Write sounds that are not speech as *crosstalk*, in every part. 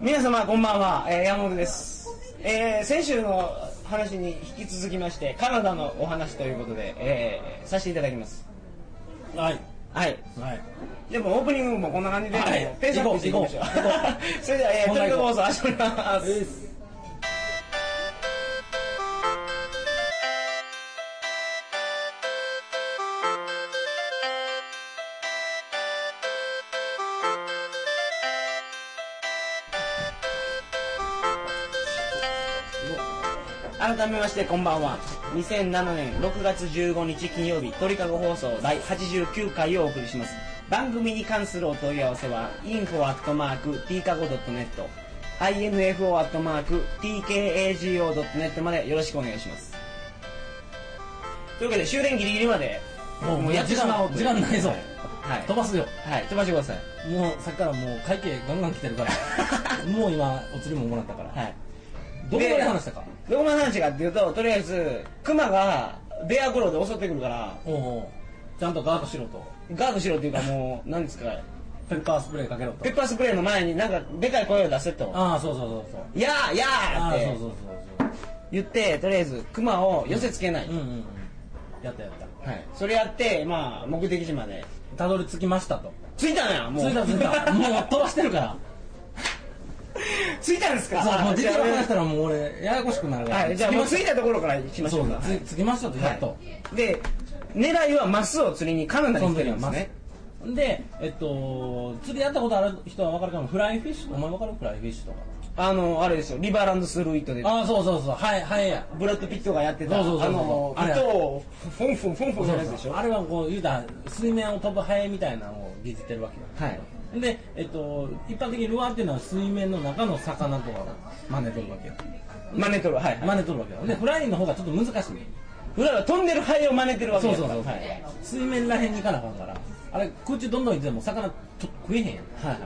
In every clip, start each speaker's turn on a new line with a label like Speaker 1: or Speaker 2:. Speaker 1: 皆様こんばんは、えー山本です、えー先週の話に引き続きましてカナダのお話ということで、えーさせていただきます
Speaker 2: はい
Speaker 1: はい
Speaker 2: はい
Speaker 1: でもオープニングもこんな感じで、
Speaker 2: はい
Speaker 1: もうペースアップしていきましょう
Speaker 2: 行こう行こ
Speaker 1: *laughs* それでは、えー、
Speaker 2: 本
Speaker 1: トリッ
Speaker 2: 題行
Speaker 1: ク
Speaker 2: こ
Speaker 1: 放
Speaker 2: う
Speaker 1: 送始まります改めましてこんばんは2007年6月15日金曜日鳥かご放送第89回をお送りします番組に関するお問い合わせは info.tkago.net info.tkago.net までよろしくお願いしますというわけで終電ギリギリまで
Speaker 2: もう
Speaker 1: やってしまおうと
Speaker 2: 時間時間ないぞ
Speaker 1: はい
Speaker 2: 飛ばすよ
Speaker 1: はい飛ばしてください
Speaker 2: もうさっきからもう会計ガンガン来てるから *laughs* もう今お釣りももらったから
Speaker 1: はい
Speaker 2: どこまで話したか
Speaker 1: どこまで話かっていうととりあえずクマがベアゴロで襲ってくるから
Speaker 2: おうおうちゃんとガードしろと
Speaker 1: ガードしろっていうかもう何ですか
Speaker 2: ペッパースプレーかけろと
Speaker 1: ペッパースプレーの前になんかでかい声を出せと
Speaker 2: ああそうそうそうそう
Speaker 1: 「やーや
Speaker 2: ああそ
Speaker 1: ー!」っ
Speaker 2: う
Speaker 1: て
Speaker 2: そうそう
Speaker 1: 言ってとりあえずクマを寄せつけない、
Speaker 2: そううんうんうんやったやっ
Speaker 1: はい、それやってまあ目的地まで
Speaker 2: たたどり着きましたと
Speaker 1: 着いたのやもう
Speaker 2: 着いた着い
Speaker 1: *laughs*
Speaker 2: たもう飛ばしてるから
Speaker 1: 着いたんですか
Speaker 2: そうもう実力話した
Speaker 1: ら
Speaker 2: らもう俺ややこしくなるから
Speaker 1: はいじゃあもう
Speaker 2: 着
Speaker 1: 着いたところから行きましょうか
Speaker 2: そうつ着きましたとやっと
Speaker 1: はいで狙いはマスを釣りにカナダに来てるんですね
Speaker 2: で、えっと、釣りやったことある人は分かるかも。フライフィッシュお前分かるフライフィッシュとか。
Speaker 1: あのあれですよリバーランドスルーイットで
Speaker 2: ああ、そうそうそう。はい、はいや。
Speaker 1: ブラッド・ピットがやってた
Speaker 2: そうそうそうそう
Speaker 1: あの
Speaker 2: あれ
Speaker 1: 糸をフォンフォンフォンフォンするやつでしょ
Speaker 2: あれはこう、言うたら、水面を飛ぶハエみたいなのをぎじってるわけよ。
Speaker 1: はい
Speaker 2: で、えっと、一般的にルアーっていうのは水面の中の魚とかを真似とるわけよ。
Speaker 1: マネトロはい、はい、
Speaker 2: 真似とるわけよ。で、フライの方がちょっと難しいね。
Speaker 1: 裏は飛んでるハエを真似てるわけ
Speaker 2: そう
Speaker 1: やか
Speaker 2: そう
Speaker 1: ら
Speaker 2: そ
Speaker 1: は
Speaker 2: う。
Speaker 1: い
Speaker 2: 水面らへんに行かなあかんから。あれ、空中どんどん行ってても魚と食えへんやん。
Speaker 1: はいはい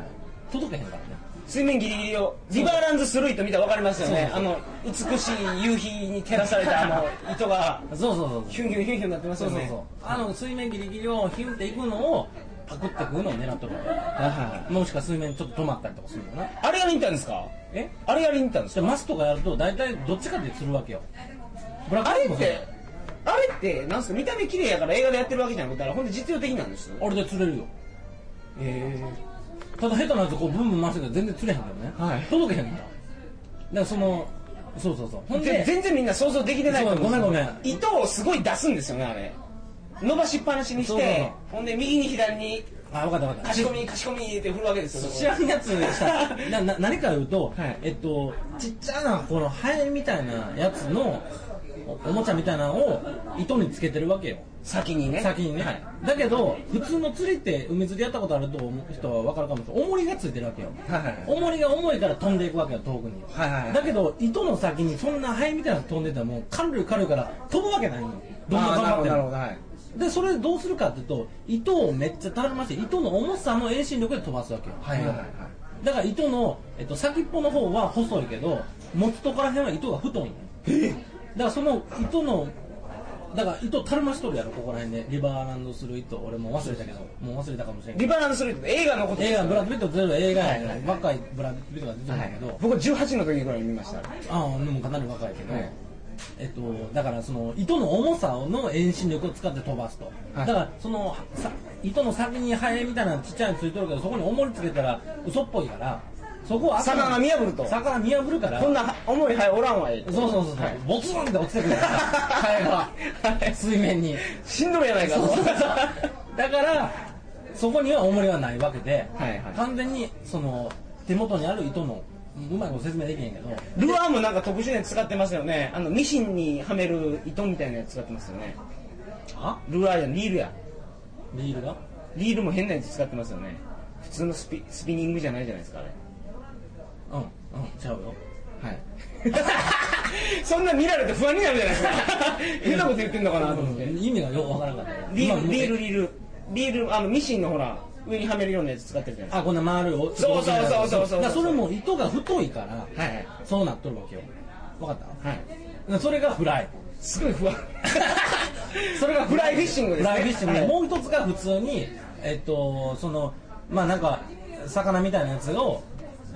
Speaker 2: 届けへんからね。
Speaker 1: 水面ギリギリをリバーランズスルーイット見たら分かりますよね
Speaker 2: そ
Speaker 1: あ
Speaker 2: う
Speaker 1: の美しい夕日に照らされたあの
Speaker 2: *laughs*
Speaker 1: 糸が
Speaker 2: そうそうそうそう。
Speaker 1: ヒュンヒュンヒュンヒュンなってます
Speaker 2: そ
Speaker 1: よ
Speaker 2: うそう
Speaker 1: ね
Speaker 2: そう。あの水面ギリギリをヒュンっていくのをパクって食うのを狙っとるわ
Speaker 1: はいはいはい
Speaker 2: け。もしくは水面ちょっと止まったりとかするよな。
Speaker 1: あれやりに行ったんですか
Speaker 2: え
Speaker 1: あれやりに行ったんです
Speaker 2: じ
Speaker 1: か
Speaker 2: ゃあマスとかやると大体どっちかで釣るわけよ。ブラック
Speaker 1: あ
Speaker 2: アイ
Speaker 1: れ
Speaker 2: スも
Speaker 1: っ
Speaker 2: そう
Speaker 1: てあれってなんすか見た目綺麗やから映画でやってるわけじゃなくてあれほんで実用的なんです
Speaker 2: あれで釣れるよ。
Speaker 1: え
Speaker 2: ただ下手なやつこうブンブン回してるけど全然釣れへんからね。
Speaker 1: はい
Speaker 2: 届けへんから。だからその、そうそうそう。ほん
Speaker 1: で
Speaker 2: で、
Speaker 1: 全然みんな想像できてないと思う
Speaker 2: そうごめんごめん
Speaker 1: 糸をすごい出すんですよねあれ伸ばしっぱなしにして
Speaker 2: そうそうそう
Speaker 1: ほんで右に左に
Speaker 2: あ、わかったわかった。
Speaker 1: かしこみかしこみって振るわけですよ
Speaker 2: 知らんやつで
Speaker 1: *laughs*
Speaker 2: したなな何か言うと、
Speaker 1: はい
Speaker 2: えっとちっちゃなこのハエみたいなやつのおおもちゃみたいなのを糸につけてるわけよ
Speaker 1: 先にね
Speaker 2: 先にね、
Speaker 1: はい
Speaker 2: だけど普通の釣りって海釣りやったことあると思う人は分かるかもしれない重りがついてるわけよ
Speaker 1: はいはいはい
Speaker 2: 重りが重いから飛んでいくわけよ遠くに、
Speaker 1: はいはいはい
Speaker 2: だけど糸の先にそんなハエみたいなの飛んでたらもう軽い軽いから飛ぶわけないのどんな
Speaker 1: あー
Speaker 2: 頑張っ
Speaker 1: なるほど
Speaker 2: ても
Speaker 1: なるほどはい
Speaker 2: でそれでどうするかっていうと糸をめっちゃたるまして糸の重さの遠心力で飛ばすわけよ、
Speaker 1: はいはいはいはい
Speaker 2: だから糸の、えっと、先っぽの方は細いけど持つとこら辺は糸が太いのだからその糸のだから糸たるましとるやろここら辺でリバーランドする糸俺もう忘れたけどもう忘れたかもしれんけ
Speaker 1: リ
Speaker 2: ど
Speaker 1: バランスルート映画のことです
Speaker 2: 映
Speaker 1: よ
Speaker 2: 画ブラッド・ピット出てる映画やね、
Speaker 1: はいはい
Speaker 2: 若いブラッド・ピットが出てるんだけど、
Speaker 1: 僕18の時ぐらいに見ました
Speaker 2: ああでもかなり若いけど、
Speaker 1: はい
Speaker 2: えっと、だからその糸の重さの遠心力を使って飛ばすと、
Speaker 1: はい
Speaker 2: だからそのさ糸の先にハエみたいなのちっちゃいのついてるけどそこに重りつけたら嘘っぽいからそこを頭
Speaker 1: 魚が見破ると
Speaker 2: 魚見破るから
Speaker 1: こんな重いハエおらんわい
Speaker 2: そうそうそうそう、
Speaker 1: はい
Speaker 2: ボツンって落ちてくる
Speaker 1: *laughs*
Speaker 2: からハエ
Speaker 1: は
Speaker 2: が
Speaker 1: い
Speaker 2: 水面に
Speaker 1: しんどいやないかと
Speaker 2: そうそうそうだからそこには重りはないわけで、
Speaker 1: はいはい
Speaker 2: 完全にその手元にある糸のうまいこと説明できへんけど
Speaker 1: ルアーもなんか特殊なやつ使ってますよねあのミシンにはめる糸みたいなやつ使ってますよね
Speaker 2: あ
Speaker 1: ルアーやリールや
Speaker 2: リールが
Speaker 1: リールも変なやつ使ってますよね普通のスピスピニングじゃないじゃないですかあれ
Speaker 2: うんうんちゃうよ
Speaker 1: はいそんな見られて不安になるじゃないですか変なこと言ってんのかなと思って
Speaker 2: 意味がよくわからんかった
Speaker 1: リールリール
Speaker 2: ル
Speaker 1: リールリールあのミシンのほら上にはめるようなやつ使ってるじゃない
Speaker 2: あこんな丸いお
Speaker 1: そうそうそうそうそう
Speaker 2: だからそれも糸が太いから
Speaker 1: ですかはいはい
Speaker 2: そうなっとるわけよわかった
Speaker 1: はい
Speaker 2: だからそれがフライ
Speaker 1: すごい不安
Speaker 2: それが
Speaker 1: フライフィッシングですね
Speaker 2: フライフィッシングで
Speaker 1: はい
Speaker 2: もう一つが普通にえっとそのまあなんか魚みたいなやつを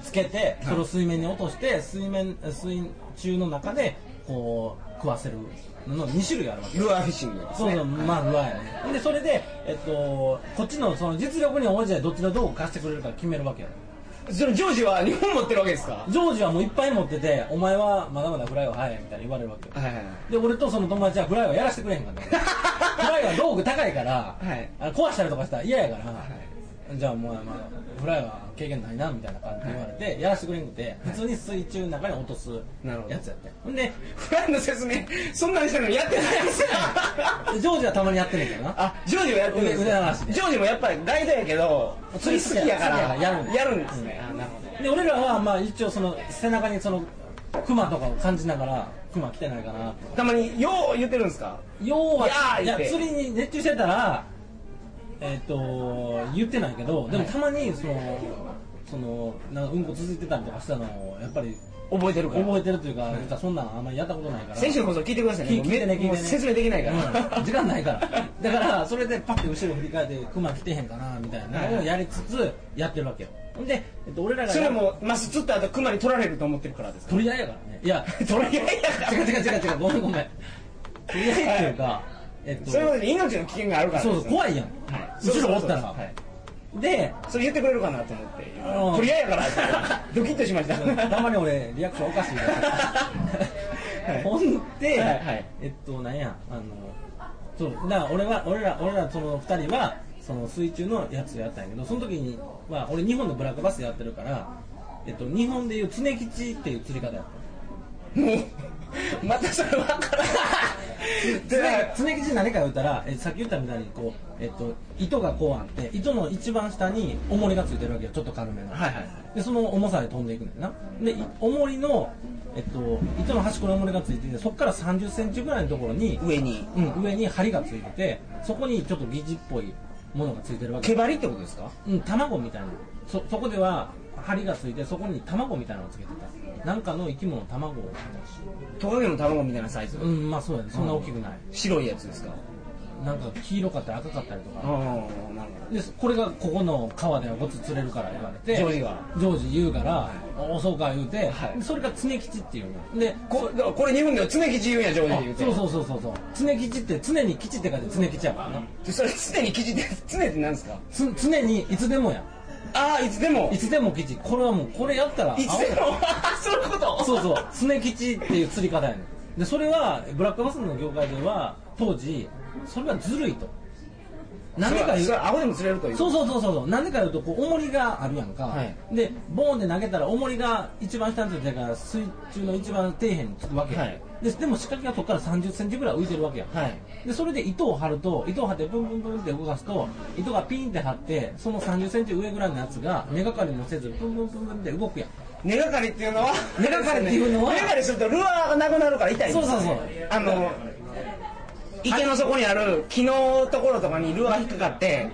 Speaker 2: つけてそれを水面に落として水面水中の中でこう食わせるのの2種類あるわけ
Speaker 1: ルアーフィッシングです
Speaker 2: そう
Speaker 1: ね
Speaker 2: そう、まあ、ルアーやね。で、それで、えっと、こっちのその実力に応じてどっちがどう貸してくれるか決めるわけや。
Speaker 1: そのジョージは日本持ってるわけですか
Speaker 2: ジョージはもういっぱい持ってて、お前はまだまだフライは早いみたいに言われるわけよ。
Speaker 1: はいはいはい
Speaker 2: で、俺とその友達はフライはやらせてくれへんか
Speaker 1: *laughs*
Speaker 2: った。フライは道具高いから、
Speaker 1: はい
Speaker 2: あの壊したりとかしたら嫌やから、じゃあもう、まあ、フライは経験ないなみたいな感じで言われて、やらせてくれんくて、普通に水中の中に落とす
Speaker 1: なるほど
Speaker 2: やつやって。ほんで、
Speaker 1: フライの説明そんなにしたのにやってないですよ
Speaker 2: ジョージはたまにやってんねんけどな。
Speaker 1: あジョージもやってるんです
Speaker 2: 腕腕流しで
Speaker 1: ジョージもやっぱりガイドやけど釣り好きやから
Speaker 2: やるんです
Speaker 1: やるんですねあなるほど
Speaker 2: で俺らはまあ一応その背中にそのクマとかを感じながらクマ来てないかな
Speaker 1: たまによう言ってるんですか
Speaker 2: と要はい
Speaker 1: やー
Speaker 2: いや
Speaker 1: 言って
Speaker 2: 釣りに熱中してたらえっ、と言ってないけどでもたまにその、そのなんかうんこ続いてたりとかしたのをやっぱり
Speaker 1: 覚えてるから
Speaker 2: 覚えてるというか、実はそんなのあんまりやったことないから
Speaker 1: 先週の放送聞いてくださいね
Speaker 2: 聞い聞いてね聞いて
Speaker 1: もう
Speaker 2: ね
Speaker 1: 説明できないから、
Speaker 2: うん時間ないからだからそれでパッて後ろ振り返ってクマ来てへんかなみたいなのをやりつつやってるわけよほんで、えっと、俺らが
Speaker 1: それもマス釣った後クマに取られると思ってるからですか *laughs*
Speaker 2: 取り合いやからねいや
Speaker 1: 取られやから
Speaker 2: 違う違う違う違うごめんごめん取り合いっていうかえっと
Speaker 1: それまでに命の危険があるから
Speaker 2: そうそう怖
Speaker 1: い
Speaker 2: いやん
Speaker 1: はい
Speaker 2: 後ろお
Speaker 1: そうそ
Speaker 2: ったら
Speaker 1: うそうはい
Speaker 2: で
Speaker 1: それ言ってくれるかなと思って
Speaker 2: うん
Speaker 1: 取り合いやからってドキッとしました
Speaker 2: たまに俺リアクションおかしいな
Speaker 1: はい
Speaker 2: ほんで、
Speaker 1: はいはい
Speaker 2: えっとなんやあのそうだから俺は俺ら俺らその2人はその水中のやつやったんやけどその時に、まあ、俺日本のブラックバスやってるから、えっと、日本でいう常吉っていう釣り方やった
Speaker 1: もうまたそれ分からない
Speaker 2: 常吉何か言ったらえさっき言ったみたいにこう、えっと、糸がこうあって糸の一番下に重りがついてるわけよちょっと軽めの、
Speaker 1: はいはい
Speaker 2: でその重さで飛んでいくねんだよなでい重りの、えっと、糸の端っこに重りがついててそこから3 0ンチぐらいのところに、
Speaker 1: 上に
Speaker 2: うん、上に針がついててそこにちょっと疑似っぽいものがついてるわけ
Speaker 1: 毛針ってことですか
Speaker 2: うん、卵みたいなそそこでは針がついてそこに卵みたいなのをつけてたなんかの生き物の卵を
Speaker 1: トカゲの卵みたいなサイズ
Speaker 2: うんまあそうやねそんな大きくない、
Speaker 1: 白いやつですか
Speaker 2: なんか黄色かったり赤かったりとか
Speaker 1: ああなる
Speaker 2: でこれがここの川ではごつ釣れるから言われて
Speaker 1: ジョージが
Speaker 2: ジョージ言うから、おそうか言うて、
Speaker 1: はい
Speaker 2: それが常吉っていうので
Speaker 1: ほどこだからこれ日本では常吉言うんや常時
Speaker 2: あ
Speaker 1: 言うて
Speaker 2: そうそうそうそうそう常吉って常に吉って書いて常吉やからな
Speaker 1: でそれ常に吉って常って何ですか
Speaker 2: つ常にいつでもや
Speaker 1: ああいつでも
Speaker 2: いつでも吉これはもうこれやったら
Speaker 1: いつ
Speaker 2: 青
Speaker 1: で
Speaker 2: や
Speaker 1: もそういうこと
Speaker 2: そうそう常吉っていう釣り方やねんでそれはブラックバスの業界では当時それはずるいと何でか言う
Speaker 1: それは青でも釣れるという
Speaker 2: そううそうそうそうそうなんでかいうとこう重りがあるやんか、
Speaker 1: はい
Speaker 2: でボーンで投げたら重りが一番下についてるから水中の一番底辺につくわけや、
Speaker 1: はい
Speaker 2: ででも仕掛けがそこから3 0ンチぐらい浮いてるわけや、
Speaker 1: はい
Speaker 2: でそれで糸を張ると糸を張ってブンブンブンって動かすと糸がピンって張ってその3 0ンチ上ぐらいのやつが根がかりもせずブンブンブンブンって動くやん
Speaker 1: 根がかりっていうのは
Speaker 2: 根がかりっていうのは
Speaker 1: 根がかりするとルアーがなくなるから痛いんですよ
Speaker 2: そうそうそう
Speaker 1: あの池の底にある木のところとかにルアー引っかかって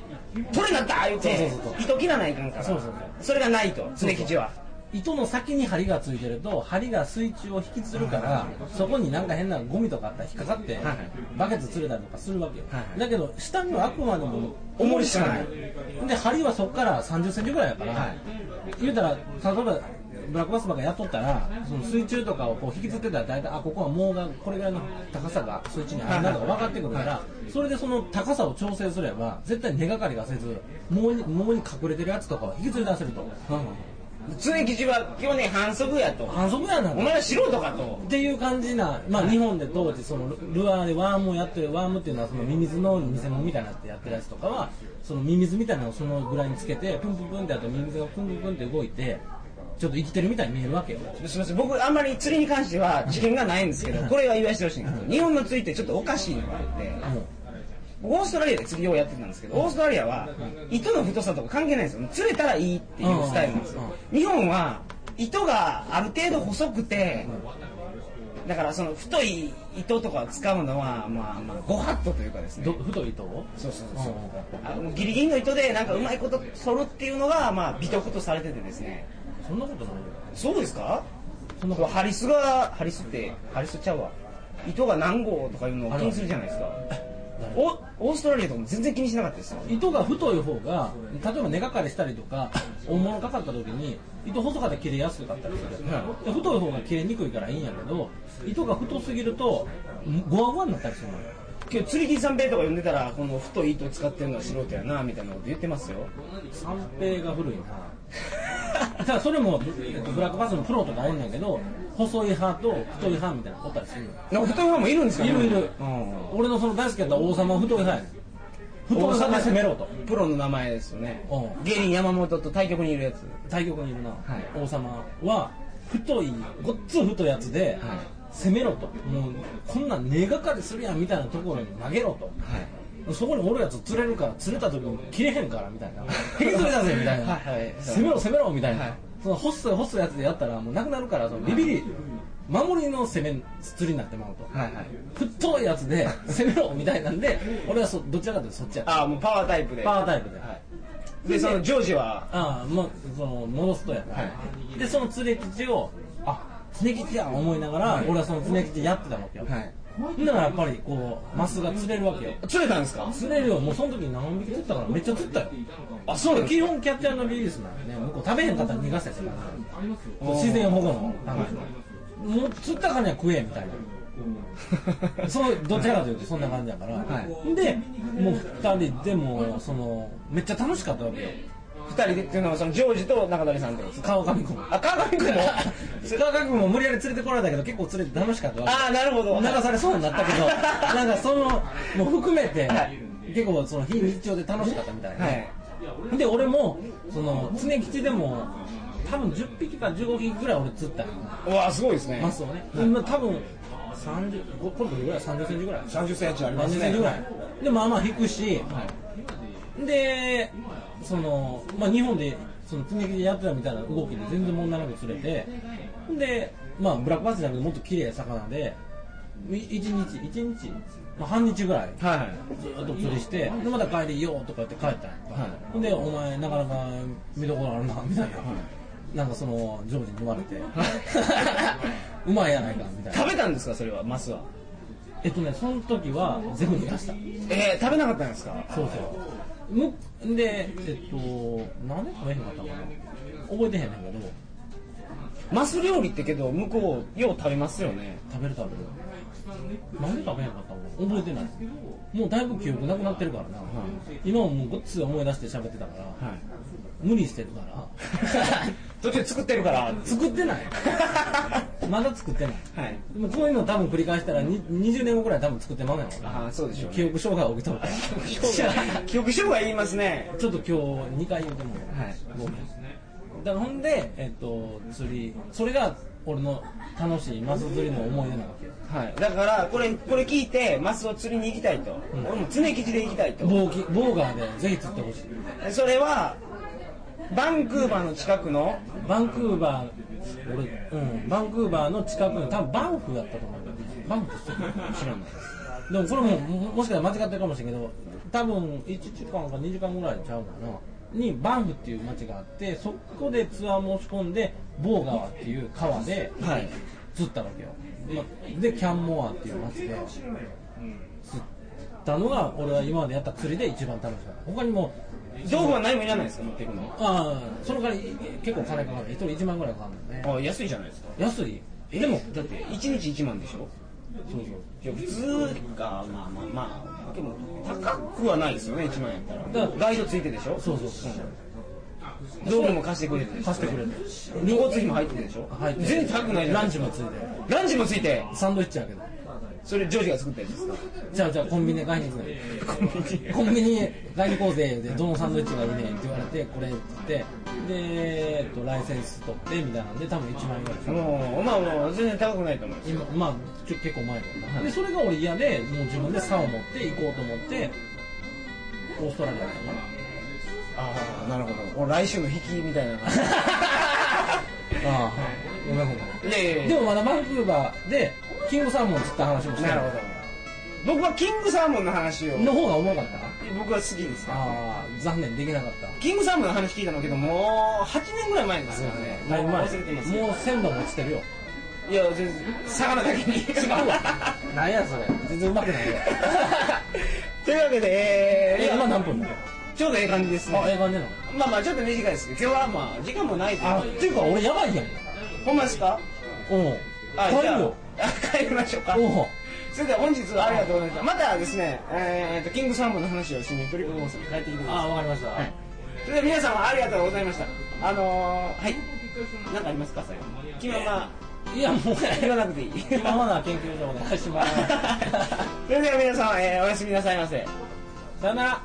Speaker 1: 取れなった言って
Speaker 2: そうそうそう
Speaker 1: 糸切らないかんから
Speaker 2: そうそうそう
Speaker 1: それがないと常吉は
Speaker 2: 糸の先に針がついてると針が水中を引きつるからそこになんか変なゴミとかあったら引っかかって
Speaker 1: いはい
Speaker 2: バケツ釣れたりとかするわけよ
Speaker 1: はいはい
Speaker 2: だけど下にはあくまでも
Speaker 1: 重りしかない
Speaker 2: で針はそこから3 0ンチぐらいやから、
Speaker 1: はい
Speaker 2: 言うたら例えばブラックバスばっかやっとったらその水中とかをこう引きつってたら大体あここはもうがこれぐらいの高さが水中にあるなとか分かってくるから、それでその高さを調整すれば絶対根がかりがせずもうにもうに隠れてるやつとかを引きずり出せると、
Speaker 1: 常吉は去年反則やと
Speaker 2: 反則やな
Speaker 1: お前は素人かと
Speaker 2: っていう感じな、まあ、日本で当時そのルルアーでワームをやってるワームっていうのはそのミミズの偽物みたいなってやってるやつとかはそのミミズみたいなのをそのぐらいにつけてプンプンプンってやってミミズがプンプンプンって動いてちょっと生きてるみたいに見えるわけよ
Speaker 1: すみません僕あんまり釣りに関しては知見がないんですけどこれは言わしてほしいんですけど日本の釣りってちょっとおかしいのがあってオーストラリアで釣りをやってたんですけど、オーストラリアは糸の太さとか関係ないんですよ。釣れたらいいっていうスタイルなんですよ
Speaker 2: うんうんう。
Speaker 1: 日本は糸がある程度細くて、だからその太い糸とかを使うのは、まあまあ、ご法度というかです
Speaker 2: ど
Speaker 1: ね。
Speaker 2: 太い糸を
Speaker 1: そうそう
Speaker 2: うん
Speaker 1: そうそう。あのギリギリの糸でなんかうまいこと剃るっていうのが、まあ美徳とされててですね。
Speaker 2: そんなことないよ
Speaker 1: そうですか
Speaker 2: そんな
Speaker 1: こ
Speaker 2: こ
Speaker 1: うハリスが、ハリスって、ハリスちゃうわ。糸が何号とかいうのを気にするじゃないですか。
Speaker 2: と
Speaker 1: おオーストラリアとかも全然気にしなかったですよ
Speaker 2: 糸が太い方が例えば根掛かりしたりと *laughs* か大物かかった時に糸細かったら切れやすかったりする、で太い方が切れにくいからいいんやけど糸が太すぎるとゴワゴワになったりするのよ
Speaker 1: 今日釣り木三平とか呼んでたらこの太い糸使ってるのは素人やなみたいなこと言ってますよ
Speaker 2: 三平が古いなただそれも、えっとブラックバスのプロとかあるんだけど細い派と太い派みたいなのおったりするのよ
Speaker 1: なんか太いファンもいるんですか、
Speaker 2: いるいる、
Speaker 1: うん
Speaker 2: 俺のその大好きやった王様は太い派やねん太い派で攻めろと
Speaker 1: プロの名前ですよね
Speaker 2: うん
Speaker 1: 芸人山本と対局にいるやつ
Speaker 2: 対局にいるな、
Speaker 1: い
Speaker 2: 王様は太いごっつ太いやつで、
Speaker 1: はい
Speaker 2: 攻めろともうこんなん根がかりするやんみたいなところに投げ
Speaker 1: は
Speaker 2: ろ
Speaker 1: い
Speaker 2: とそこにおるやつ釣れるから釣れた時に切れへんからみたいな
Speaker 1: *laughs*
Speaker 2: 引き釣れだぜみたいな
Speaker 1: はいはい
Speaker 2: 攻めろ攻めろみたいな、
Speaker 1: はい
Speaker 2: その細い細いやつでやったらもうなくなるからそのビビり守りの攻め釣りになってまうと
Speaker 1: はいはい
Speaker 2: 太いやつで攻めろみたいなんで俺はそどちらかというとそっちやった
Speaker 1: ああもうパワータイプで
Speaker 2: パワータイプで、
Speaker 1: はいでそのジョージは
Speaker 2: ああもうその戻すとやな、
Speaker 1: は
Speaker 2: でその釣れ吉をあ釣れ吉や思いながら、俺はその釣れ吉やってたわけよ、
Speaker 1: はい
Speaker 2: だからやっぱりこうマスが釣れるわけよ
Speaker 1: 釣れたんです
Speaker 2: *laughs*
Speaker 1: か
Speaker 2: 釣れるよもうその時何匹釣ったからめっちゃ釣ったよ
Speaker 1: あそうなんです
Speaker 2: 基本キャッチャーのリリースなんでね向こう食べへんかったら逃がせから自然保護のためもう釣ったからには食えみたいな
Speaker 1: か
Speaker 2: そうどちらかというとそんな感じやから、
Speaker 1: は
Speaker 2: でもう2人でもうそのめっちゃ楽しかったわけよ
Speaker 1: 二人でっていうのはそのジョージと中谷さんってことですか
Speaker 2: 川上君
Speaker 1: あ川上君も
Speaker 2: 川上君も無理やり連れてこられたけど結構連れて楽しかったわ
Speaker 1: ああなるほど
Speaker 2: 流されそうになったけどなんかそのもう含めて
Speaker 1: はい
Speaker 2: 結構その非日常で楽しかったみたいな、
Speaker 1: はい
Speaker 2: で俺もその常吉でも多分10匹か15匹ぐらい俺釣ったよ
Speaker 1: うわすごいですね
Speaker 2: マスをね、今多分30ここれどれぐらい30センチぐらい
Speaker 1: 30センチありま
Speaker 2: 30
Speaker 1: す
Speaker 2: セン
Speaker 1: ね
Speaker 2: チぐらいでまあまあ引くし、でその、まあ、日本でその積み木でやってたみたいな動きで全然問題なく釣れてで、まあ、ブラックバスじゃなくてもっと綺麗な魚でい一日一日、まあ、半日ぐらい
Speaker 1: はい
Speaker 2: ずっと釣りしてでまた帰りようとか言って帰ったんやんか、
Speaker 1: は
Speaker 2: ほんでお前なかなか見どころあるなみたいな、なんかそのジョージに言われ *laughs* てうまいやないかみたいな
Speaker 1: 食べたんですかそれはマスは
Speaker 2: えっとねその時は全部逃がした
Speaker 1: えー、食べなかったんですか
Speaker 2: そうそうむでえっと何年食べへんかったかな覚えてへんねんけど
Speaker 1: マス料理ってけど向こうよう食べますよね
Speaker 2: 食べる食べるなんで食べへんかったの覚えてないもうだいぶ記憶なくなってるからな、今はもうごっつい思い出して喋ってたから、
Speaker 1: はい
Speaker 2: 無理してるから *laughs*
Speaker 1: 途中作ってるから
Speaker 2: 作ってないまだ作ってない
Speaker 1: *laughs* はい
Speaker 2: でもこういうの多分繰り返したらに20年後くらい多分作ってまうやろうな
Speaker 1: ああそうでしょう、
Speaker 2: 記
Speaker 1: ね、
Speaker 2: 憶障害起きとるから
Speaker 1: 記憶障害言いますね
Speaker 2: *laughs* ちょっと今日2回言うても
Speaker 1: はい
Speaker 2: ごめんだからほんで、えっと、釣りそれが俺の楽しいマス釣りの思い出なわけよ
Speaker 1: はいだからこれこれ聞いてマスを釣りに行きたいと、俺も常吉で行きたいと
Speaker 2: ボーキボーガーでぜひ釣ってほしい
Speaker 1: それはバンクーバーの近くの
Speaker 2: バンクーバー俺、うん、バンクーバーの近くの多分バンフだったと思うんだよねバンフって知らないでもこれもももしかしたら間違ってるかもしれんけど多分1時間か2時間ぐらいちゃうかなにバンフっていう町があってそこでツアー申し込んでボー川っていう川で
Speaker 1: はい
Speaker 2: 釣ったわけよ、までキャンモアっていう町で釣ったのが俺は今までやった釣りで一番楽しかった他にも
Speaker 1: 道具は何もいらないですか持っていくの
Speaker 2: ああその代わり結構金かかる1人1万ぐらいかかるんだよ
Speaker 1: あ
Speaker 2: ね
Speaker 1: 安いじゃないですか
Speaker 2: 安いでも
Speaker 1: だって1日1万でしょ
Speaker 2: そうそう
Speaker 1: いや普通かまあまあまあでも高くはないですよね1万円やったら
Speaker 2: だから
Speaker 1: ガイドついてでしょ
Speaker 2: そうそうそう
Speaker 1: 道具も貸してくれてるでしょ
Speaker 2: 貸してくれる
Speaker 1: 旅行費も入ってるでしょ
Speaker 2: 入ってる
Speaker 1: 全然高くないじゃ
Speaker 2: ラ
Speaker 1: ないです
Speaker 2: ンチも
Speaker 1: か
Speaker 2: ついて
Speaker 1: ランチもついて
Speaker 2: サンドイッチやけど
Speaker 1: それジョージが作ったやつですか
Speaker 2: じゃあじゃあコンビニで買いに行くね
Speaker 1: コンビニ
Speaker 2: コンビニへ買いに行こうぜでどのサンドイッチがいいねって言われてこれって言ってで、えっと、ライセンス取ってみたいなんで多分1万円ぐらいかかる
Speaker 1: もうまあもう全然高くないと思います
Speaker 2: 今まあちょ結構前だよなでそれが俺嫌でもう自分で竿を持って行こうと思ってオーストラリアだったかな
Speaker 1: ああなるほどもう来週の引きみた *laughs* いな感
Speaker 2: ああごめんごめん
Speaker 1: じいやいやいや
Speaker 2: でもまだバンクーバーでキングサーモン釣った話もして
Speaker 1: なる
Speaker 2: る
Speaker 1: ほど僕はキングサーモンの話を
Speaker 2: の方がおもろかったな
Speaker 1: 僕は好きですね
Speaker 2: ああ残念できなかった
Speaker 1: キングサーモンの話聞いたのけどもう8年ぐらい前ですからね
Speaker 2: だいぶ
Speaker 1: 忘
Speaker 2: 前
Speaker 1: れてます
Speaker 2: もう鮮度も落ちてるよ
Speaker 1: いや全然魚だけに違
Speaker 2: *laughs* 違うわ何やそれ全然うまくないよ
Speaker 1: *laughs* というわけで、え
Speaker 2: *laughs* え
Speaker 1: ー、
Speaker 2: 今何分だ
Speaker 1: ちょうどええ感じです
Speaker 2: あ映
Speaker 1: ね。
Speaker 2: 画ねえの
Speaker 1: まあまあ、ちょっと短いですけど、今日はまあ、時間もないと
Speaker 2: あっ
Speaker 1: いうこと
Speaker 2: て
Speaker 1: で
Speaker 2: いうか俺やばいやん
Speaker 1: ほんまですか
Speaker 2: うん
Speaker 1: あ
Speaker 2: 帰
Speaker 1: じ
Speaker 2: る
Speaker 1: ゃあ
Speaker 2: よ
Speaker 1: あ帰りましょうか。
Speaker 2: おう
Speaker 1: それでは本日はありがとうございました。またですね、えーと、キングサンボの話をしにトリック放送に帰ってきてくだ
Speaker 2: あ
Speaker 1: さ
Speaker 2: わかりました、
Speaker 1: い。それでは皆さんありがとうございました。あのー、はい。何かありますか最後。気まま、
Speaker 2: い、やもう
Speaker 1: 言わなくていい。それで
Speaker 2: *laughs* 今
Speaker 1: *laughs*
Speaker 2: まだ研究所お願いします *laughs*
Speaker 1: は皆さん、えーおやすみなさいませ。
Speaker 2: さよなら